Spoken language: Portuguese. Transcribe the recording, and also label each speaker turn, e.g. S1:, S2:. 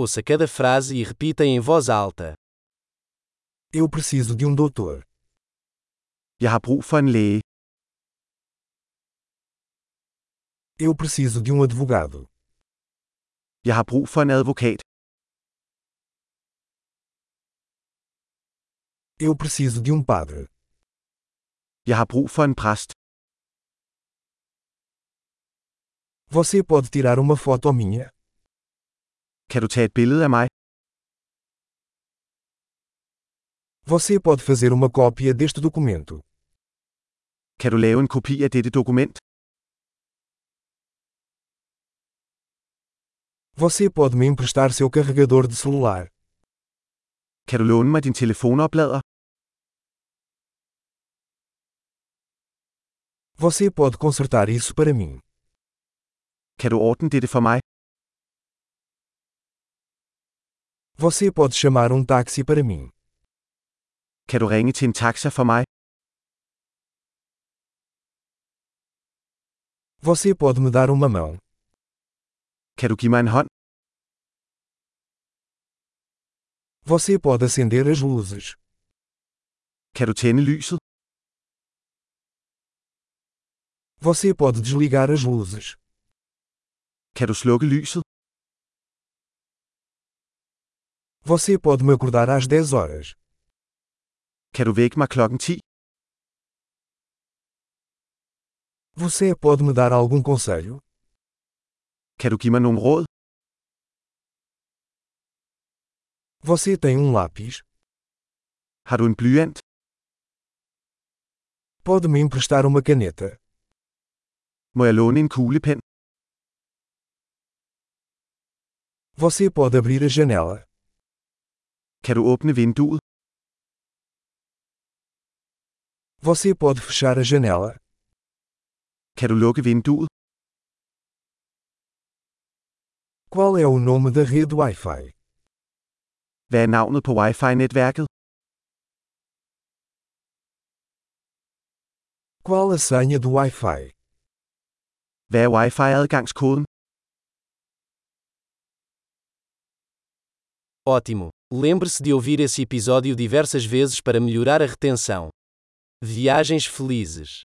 S1: Ouça cada frase e repita em voz alta.
S2: Eu preciso de um doutor.
S3: Jeg har brug for en læge.
S2: Eu preciso de um advogado.
S3: Jeg har brug for en advokat.
S2: Eu preciso de um padre.
S3: Jeg har brug for en præst.
S2: Você pode tirar uma foto minha?
S3: Kan du tage et billede af mig?
S2: Você pode fazer uma cópia deste documento.
S3: Kan du lave en kopi af dette dokument?
S2: Você pode me emprestar seu carregador de celular.
S3: Kan du låne mig din telefonoplader?
S2: Você pode consertar isso para mim.
S3: Kan du ordne dette for mig?
S2: Você pode chamar um táxi para mim.
S3: Kan du ringe til en taxa for mig?
S2: Você pode me dar uma mão.
S3: Kan du give mig en hånd?
S2: Você pode acender as luzes.
S3: Kan du tænde lyset?
S2: Você pode desligar as luzes.
S3: Kan du slukke lyset?
S2: Você pode me acordar às 10 horas.
S3: Kan du vække mig klokken 10?
S2: Você pode me dar algum conselho?
S3: Kan du give mig nogle råd?
S2: Você tem um lápis?
S3: Har du en blyant?
S2: Pode me emprestar uma caneta?
S3: Må jeg låne en kuglepen?
S2: Você pode abrir a janela?
S3: Kan du åbne vinduet?
S2: Você pode fechar a janela?
S3: Kan du lukke vinduet?
S2: Qual é o nome da rede Wi-Fi?
S3: Hvad er navnet på wifi-netværket?
S2: Qual a senha do Wi-Fi?
S3: Hvad er wifi-adgangskoden?
S1: Ótimo! Lembre-se de ouvir esse episódio diversas vezes para melhorar a retenção. Viagens felizes!